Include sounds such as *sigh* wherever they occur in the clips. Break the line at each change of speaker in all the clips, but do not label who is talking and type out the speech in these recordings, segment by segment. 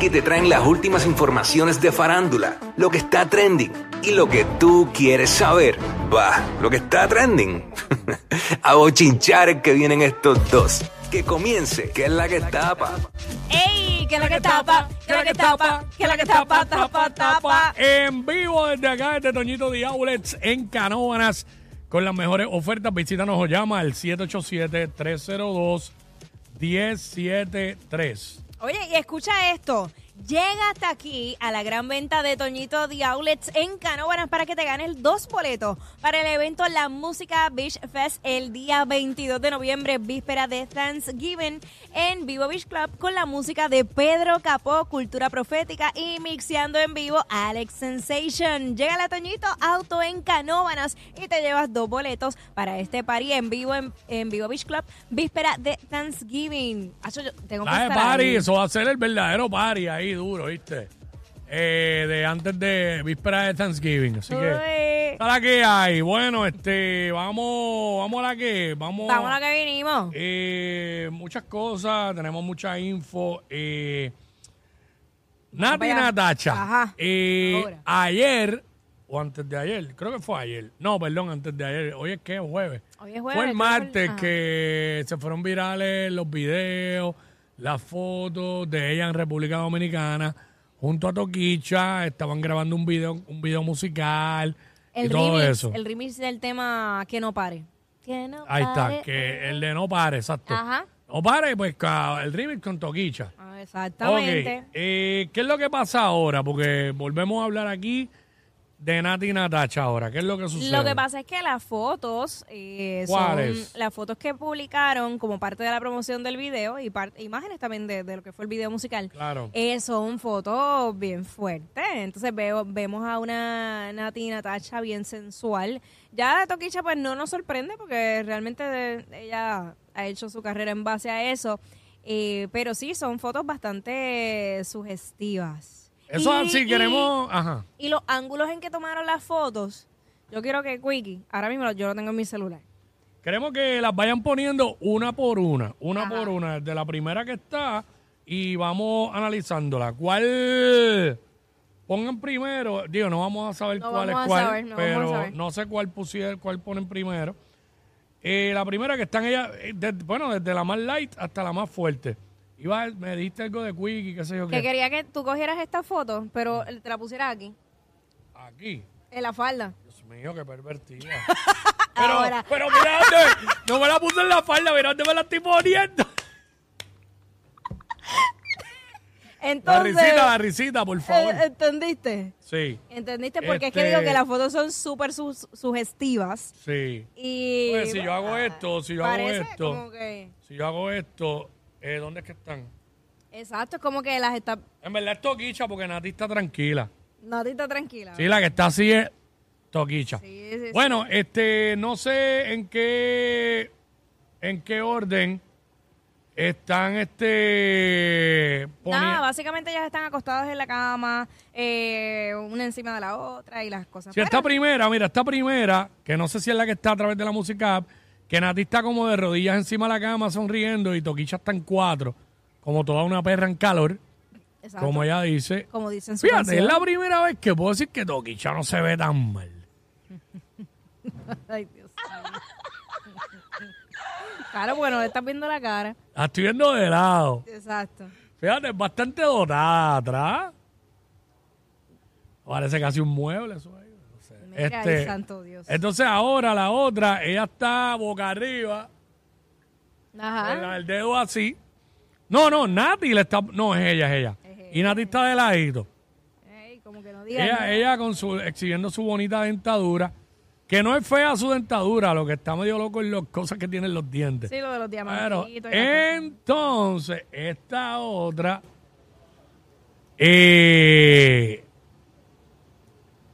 que te traen las últimas informaciones de farándula, lo que está trending y lo que tú quieres saber. Va, lo que está trending. *laughs* A bochinchar que vienen estos dos. Que comience, que es la que tapa.
¡Ey! ¿Qué es la que tapa? ¿Qué es la que tapa? ¿Qué es la que tapa? Tapa, tapa.
En vivo desde acá, desde Toñito Diablets en Canóvanas, con las mejores ofertas. Visítanos o llama al 787-302-1073.
Oye, y escucha esto. Llega hasta aquí a la gran venta de Toñito The Outlets en Canóvanas para que te ganes dos boletos para el evento La Música Beach Fest el día 22 de noviembre, víspera de Thanksgiving, en Vivo Beach Club con la música de Pedro Capó, Cultura Profética y mixeando en vivo Alex Sensation. Llega la Toñito Auto en Canóvanas y te llevas dos boletos para este party en vivo en, en Vivo Beach Club, víspera de Thanksgiving. Acho, yo tengo que
La de
estar ahí.
party, eso va a ser el verdadero party ahí duro, ¿viste? Eh, de antes de víspera de Thanksgiving. Así que.
Uy.
¿A la que hay? Bueno, este, vamos, vamos a la que, vamos.
Vamos a lo que vinimos.
Eh, muchas cosas, tenemos mucha info. Eh, Nati
Vamos allá.
Natacha.
Ajá.
eh,
Ahora.
ayer, o antes de ayer, creo que fue ayer. No, perdón, antes de ayer. Hoy es que es jueves.
Hoy es jueves,
Fue
creo
el
que fue el-
martes
ajá.
que se fueron virales los videos, las fotos de ella en República Dominicana. Junto a Toquicha estaban grabando un video, un video musical y
El
todo
remix,
eso.
el remix del tema Que no pare. Que no
Ahí
pare. eh,
está, que el de no pare, exacto.
Ajá.
No pare, pues ca- el remix con Toquicha.
Ah,
Ok,
Exactamente.
eh, ¿qué es lo que pasa ahora? Porque volvemos a hablar aquí de Nati y Natacha ahora. ¿Qué es lo que sucede?
Lo que pasa es que las fotos eh, son
¿Cuáles?
las fotos que publicaron como parte de la promoción del video y par- imágenes también de, de lo que fue el video musical.
Claro.
Eh, son fotos bien fuertes. Entonces veo, vemos a una Nati Natacha bien sensual. Ya la Toquicha pues no nos sorprende porque realmente de- ella ha hecho su carrera en base a eso. Eh, pero sí, son fotos bastante sugestivas.
Eso
Y-
así
y-
queremos... Ajá.
y los ángulos en que tomaron las fotos, yo quiero que Quickie, ahora mismo lo- yo lo tengo en mi celular.
Queremos que las vayan poniendo una por una, una
Ajá.
por una, desde la primera que está y vamos analizándola. ¿Cuál pongan primero? Digo, no vamos a saber
No
cuál
vamos
es
a
cuál,
saber, no
pero
vamos a saber.
no sé cuál pusieron, cuál ponen primero. Eh, la primera que están ellas, eh, desde- bueno, desde la más light hasta la más fuerte. Iba, me diste algo de Quickie, qué sé yo
Que
qué.
quería que tú cogieras esta foto, pero
Mm.
te la pusieras aquí,
Aquí.
en la falda.
Dios mío,
*laughs*
qué pervertida. Pero,
Ahora.
pero mira dónde- no me la puse en la falda, mira dónde me la estoy poniendo. La
Entonces,
risita, la risita, por favor.
eh, ¿entendiste?
Sí,
¿Entendiste? Porque es que
Este-
digo que las fotos son súper su- sugestivas.
sí.
Y...
Pues, si yo
ah,
hago esto, si yo hago
parece
esto.
como que-
Si yo hago esto, eh, ¿dónde es que están?
exacto, es como que las está...
En verdad es Toquicha porque Nati está tranquila.
Natita tranquila.
Sí, la que está así es Toquicha.
Sí, sí, sí.
Bueno, este, no sé en qué, en qué orden están este
Nada,
poniendo.
básicamente ellas están acostadas en la cama, eh, una encima de la otra y las cosas. pues,
Si
Pero-
esta primera, mira, esta primera, que no sé si es la que está a través de la música app, que Nati está como de rodillas encima de la cama sonriendo y Toquicha está en cuatro, como toda una perra en calor,
Exacto.
como ella dice.
como dicen su
Fíjate, es
canción.
la primera vez que puedo decir que Toquicha no se ve tan mal.
Ay, Dios mío. *laughs* Claro, bueno, le estás viendo la cara.
La estoy viendo de lado.
Exacto.
Fíjate, es bastante dotada atrás. Parece casi un mueble eso ahí, no sé.
Mira,
Este,
ay, santo Dios.
Entonces ahora la otra, ella está boca arriba.
Ajá.
Con la- Pues el dedo así. No, no, Nati le está. No, es ella, es ella.
Es ella.
Y Nati está de ladito.
Ey, como que no digas.
Ella,
nada.
ella con su, exhibiendo su bonita dentadura. Que no es fea su dentadura, lo que está medio loco es las cosas que tienen los dientes.
Sí, lo de los
Pero
diamantitos. y las cosas.
entonces, esta otra. eh,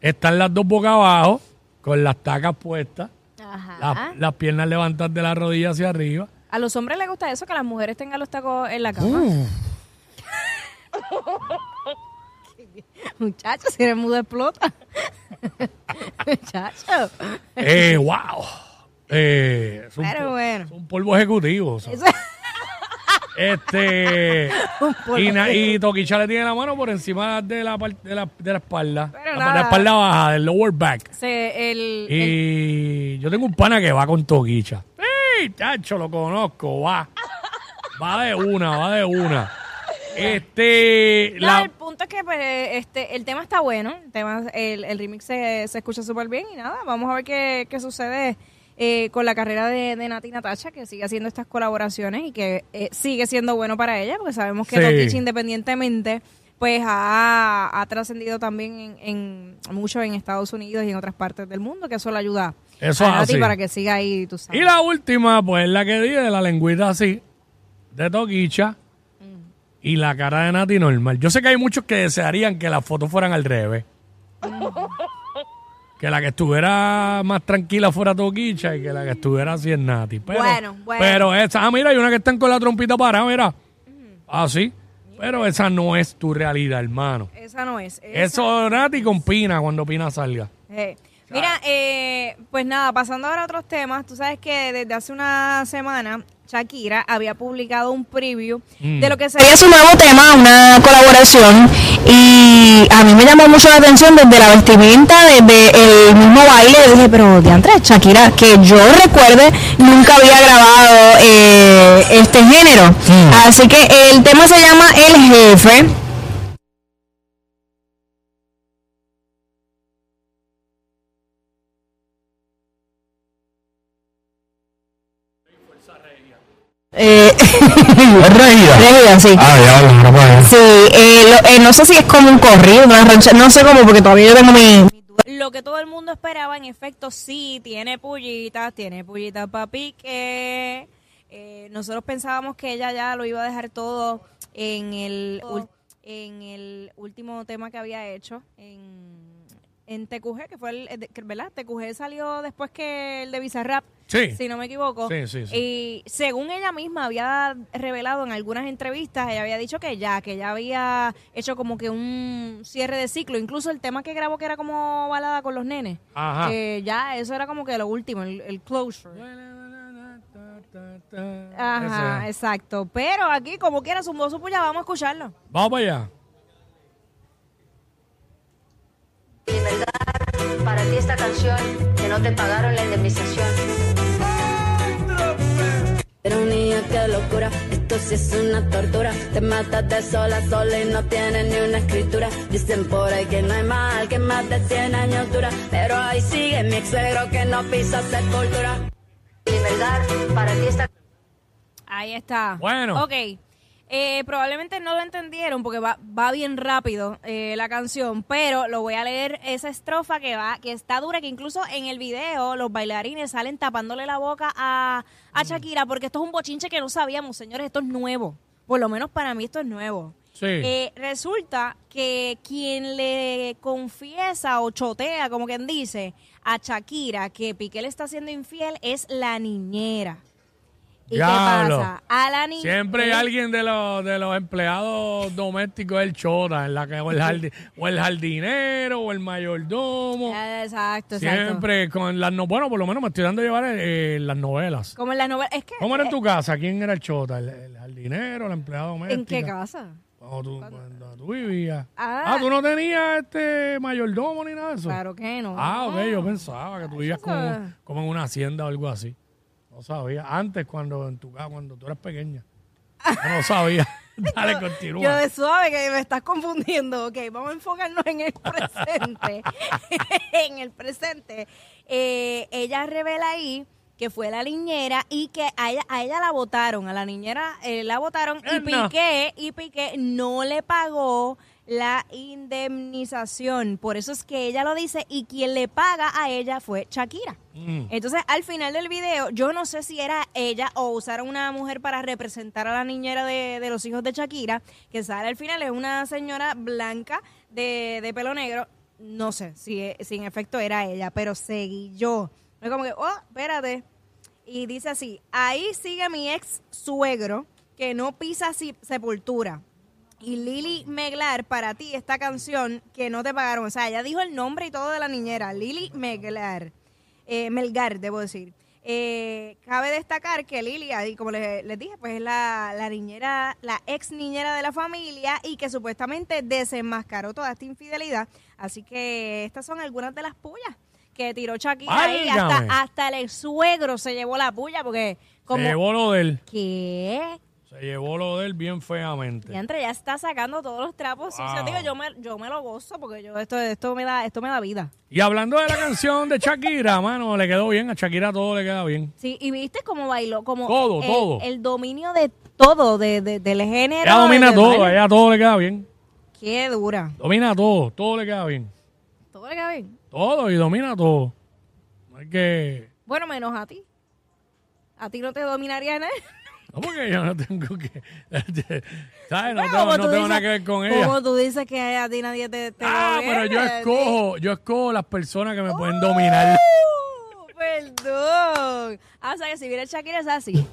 Están las dos boca abajo, con las tacas puestas,
Ajá.
las, las piernas levantadas de la rodilla hacia arriba.
A los hombres les gusta eso, que las mujeres tengan los tacos en la cama. *laughs* Muchacho, si eres mudo explota. *laughs* Muchacho.
Eh, wow. Eh, es, un,
Pero
pol-
bueno.
es un polvo ejecutivo. o sea.
*laughs*
Este. y, na- y Toquicha le tiene la mano por encima de la, par- de la, de la espalda.
Pero
la,
nada.
la espalda baja, del lower back.
Se, el, el-
Y yo tengo un pana que va con Toquicha. ¡Ey, chacho, lo conozco! Va. Va de una, va de una. Este.
Nada,
La,
el punto es que pues, este, el tema está bueno, el, tema, el, el remix se, se escucha súper bien y nada, vamos a ver qué, qué sucede eh, con la carrera de, de Nati Natacha, que sigue haciendo estas colaboraciones y que eh, sigue siendo bueno para ella, porque sabemos que
Sí.
Tokichi independientemente pues ha, ha trascendido también en, en- mucho en Estados Unidos y en otras partes del mundo, que eso le ayuda
Eso
a
es
Nati
así.
para que siga ahí, tú sabes.
Y la última, pues la que di de la lengüita así, de Toquicha, y la cara de Nati normal. Yo sé que hay muchos que desearían que las fotos fueran
*laughs*
al revés. que la que estuviera más tranquila fuera Toquicha y que la que estuviera así es Nati. Pero,
Bueno, bueno.
Pero esa, ah, mira, hay una que están con la trompita parada, mira. Así. Pero esa no es tu realidad, hermano.
Esa no es. esa
Eso Nati con Pina cuando Pina salga.
Eh, Mira, eh, pues nada, pasando ahora a otros temas, tú sabes que desde hace una semana Shakira había publicado un preview
Mm.
de lo que sería
Es un nuevo tema, una colaboración y a mí me llamó mucho la atención desde la vestimenta, desde el mismo baile, yo dije, pero diantre, Shakira, que yo recuerde, nunca había grabado eh, este género.
Mm.
Así que el tema se llama El Jefe.
*laughs*
Eh, Regida, sí.
Ah, ya, lo no puedo.
Sí, eh, lo- eh, no sé si es como un corrido, una ranchera, no sé cómo, porque todavía yo tengo mi...
lo que todo el mundo esperaba. En efecto, sí, tiene pullitas, tiene pullitas papi que eh, nosotros pensábamos que ella ya lo iba a dejar todo en el ul- en el último tema que había hecho en, en TQG, que fue el, eh, de- que- ¿verdad? TQG salió después que el de Bizarrap.
Sí.
Si no me equivoco.
Sí, sí, sí.
Y según ella misma había revelado en algunas entrevistas, ella había dicho que ya, que ya había hecho como que un cierre de ciclo. Incluso el tema que grabó que era como balada con los nenes.
Ajá.
Que ya eso era como que lo último, el, el closure. Ajá,
Ese.
exacto. Pero aquí, como quiera, zumbó su puya, vamos a escucharlo.
Vamos para allá.
libertad para ti esta canción que no te pagaron la indemnización.
Pero niña, qué locura, esto sí es una tortura. Te matas de sola a sola y no tienes ni una escritura. Dicen por ahí que no hay mal, que más de 100 años dura. Pero ahí sigue mi ex suegro que no pisa sepultura.
Libertad para ti esta
Ahí está.
Bueno.
Ok. Eh, probablemente no lo entendieron porque va, va bien rápido eh, la canción, pero lo voy a leer esa estrofa que va, que está dura, que incluso en el video los bailarines salen tapándole la boca a, a Shakira, porque esto es un bochinche que no sabíamos, señores, esto es nuevo. Por lo menos para mí esto es nuevo.
Sí.
Eh, resulta que quien le confiesa o chotea, como quien dice, a Shakira que Piqué le está siendo infiel es la niñera. ¿Y
Diablo.
qué pasa? A la niñera.
Siempre hay alguien de los, de los empleados domésticos del chota, en la que, o, el jardi- o el jardinero, o el mayordomo.
Exacto, exacto.
Siempre con las no, bueno, por lo menos me estoy dando a llevar eh, las novelas.
Como en las novelas. Es que. eh,
¿Cómo era en tu casa? ¿Quién era el chota? ¿El, el jardinero, la empleada doméstica?
¿En qué casa?
Cuando tú, cuando tú vivías.
Ah.
Ah. tú no tenías este mayordomo ni nada de eso.
Claro que no.
Ah, ok, yo pensaba que tú vivías como, como en una hacienda o algo así. No sabía. Antes, cuando en tu casa, cuando tú eras pequeña. Yo
*laughs*
no sabía. *laughs* Dale, continúa.
Yo de suave que me estás confundiendo. Ok, vamos a enfocarnos en el presente. *laughs* en el presente. Eh, ella revela ahí que fue la niñera y que a ella, a ella la votaron. A la niñera eh, la votaron y
Edna.
Piqué, y Piqué no le pagó la indemnización. Por eso es que ella lo dice y quien le paga a ella fue Shakira.
Mm.
Entonces, al final del video, yo no sé si era ella o usaron una mujer para representar a la niñera de, de los hijos de Shakira, que sale al final, es una señora blanca de, de pelo negro. no sé si, eh, si en efecto era ella, pero seguí yo. Fue como que, oh, espérate. Y dice así, ahí sigue mi ex suegro que no pisa si- sepultura. Y Lili Meglar, para ti esta canción que no te pagaron. O sea, ella dijo el nombre y todo de la niñera, Lili Meglar. Eh, Melgar, debo decir. Eh, cabe destacar que Lili, ahí, como les, les dije, pues es la, la niñera, la ex niñera de la familia y que supuestamente desenmascaró toda esta infidelidad. Así que estas son algunas de las pullas que tiró Shakira ahí.
Válgame.
Hasta, hasta el suegro se llevó la puya porque como...
Se llevó lo de él.
¿Qué?
Se llevó lo de él bien feamente.
Ya entre ya está sacando todos los trapos sucios.
Wow.
Digo, yo me, yo me lo gozo porque yo esto, esto me da, esto me da vida.
Y hablando de la canción
*laughs*
de Shakira, mano, le quedó bien. A Shakira todo le queda bien.
Sí, y viste cómo bailó, como
Todo,
el,
todo.
el dominio de todo, de, de- del género.
Ella domina
del
todo, eh.
baile.
a ella todo le queda bien.
Qué dura.
Domina todo, todo le queda bien.
Todo lo que ven.
Todo y domina todo. No hay que.
Bueno, menos a ti. A ti no te dominaría nada.
No, porque yo no tengo que. *laughs* ¿Sabes?
*laughs*
No
Bueno,
tengo,
como
no
tú
tengo
dices-
nada que ver con ella.
Como tú dices que a ti nadie te, te
Ah, pero yo
gobierna,
escojo, yo escojo las personas que me pueden dominar.
Uh, Perdón. Ah, o sea que si viene Shakira es así.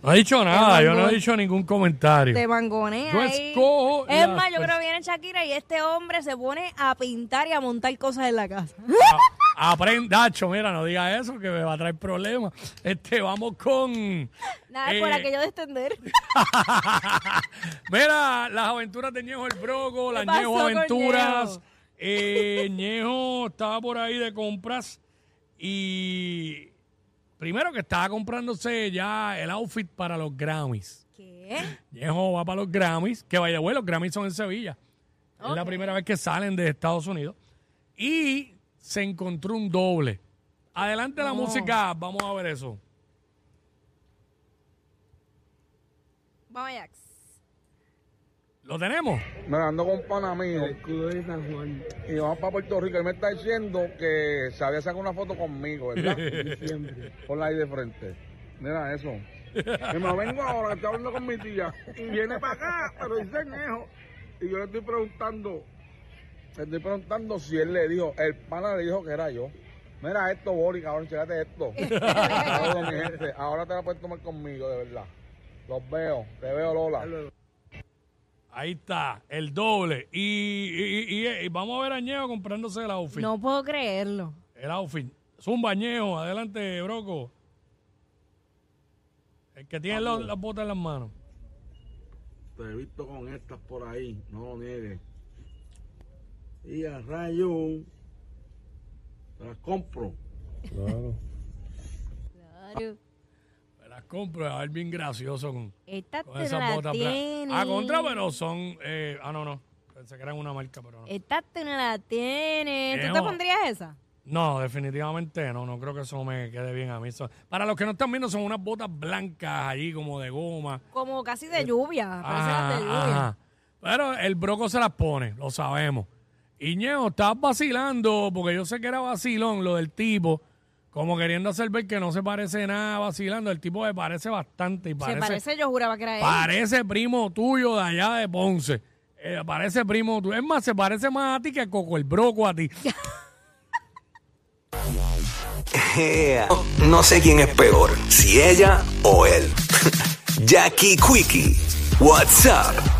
No he dicho nada,
Te
yo no he
mandó-
dicho ningún comentario.
Te mangonea.
Yo
ahí.
escojo
Es
las
más, yo
pers-
creo que viene Shakira y este hombre se pone a pintar y a montar cosas en la casa.
A- Aprendacho, mira, no diga eso que me va a traer problemas. Este, vamos con.
Nada,
eh,
por aquello de extender.
*laughs* Mira, las aventuras de Ñejo el Broco, las
pasó
Ñejo
con
Aventuras.
Ñejo? *laughs*
Eh, Ñejo estaba por ahí de compras y primero que estaba comprándose ya el outfit para los Grammys.
¿Qué?
Ñejo va para los Grammys, que vaya bueno, los Grammys son en Sevilla. Es la primera vez que salen de Estados Unidos. Y se encontró un doble. Adelante la música, vamos a ver eso.
Vamos allá.
¿Lo tenemos?
Me la ando con un pana mío. Y vamos para Puerto Rico. Él me está diciendo que se había sacado una foto conmigo, ¿verdad? Ponla ahí de frente. Mira eso. Y me vengo ahora, estoy hablando con mi tía. Y viene para acá, pero dice Ñejo. Y yo le estoy preguntando, le estoy preguntando si él le dijo, el pana le dijo que era yo. Mira esto, Bori, cabrón, chécate esto. Saludos, mi gente. Ahora te la puedes tomar conmigo, de verdad. Los veo, te veo, Lola.
Ahí está, el doble. Y, y- y- y- y vamos a ver a Ñejo comprándose el outfit.
No puedo creerlo.
El outfit. Zumba, Ñejo, adelante, Broco. El que tiene los- las botas en las manos.
Te he visto con estas por ahí, no lo niegues. Y a rayo, te las compro.
Me las compro, a ver bien gracioso con,
Esta
con
te
esas
la
botas. blancas.
tiene.
A contra, pero son... eh, ah, no, no. Pensé que eran una marca, pero no.
Esta tú no la tienes. ¿Tú te
Ejo.
pondrías esa?
No, definitivamente no, no creo que eso me quede bien a mí. Son- para los que no están viendo, son unas botas blancas ahí como de goma.
Como casi
Eh.
de lluvia. Parece
Ah,
las de
Ajá,
lluvia.
ajá. Pero el broco se las pone, lo sabemos. Iñeo, estás vacilando, porque yo sé que era vacilón lo del tipo, como queriendo hacer ver que no se parece nada vacilando. El tipo me parece bastante y
Se
parece,
parece, yo juraba que era él.
parece primo tuyo de allá de Ponce. Eh, parece primo tuyo. Es más, se parece más a ti que Coco el Broco a ti.
Ea. No sé quién es *laughs* peor, si ella o él. Jackie Quickie, WhatsApp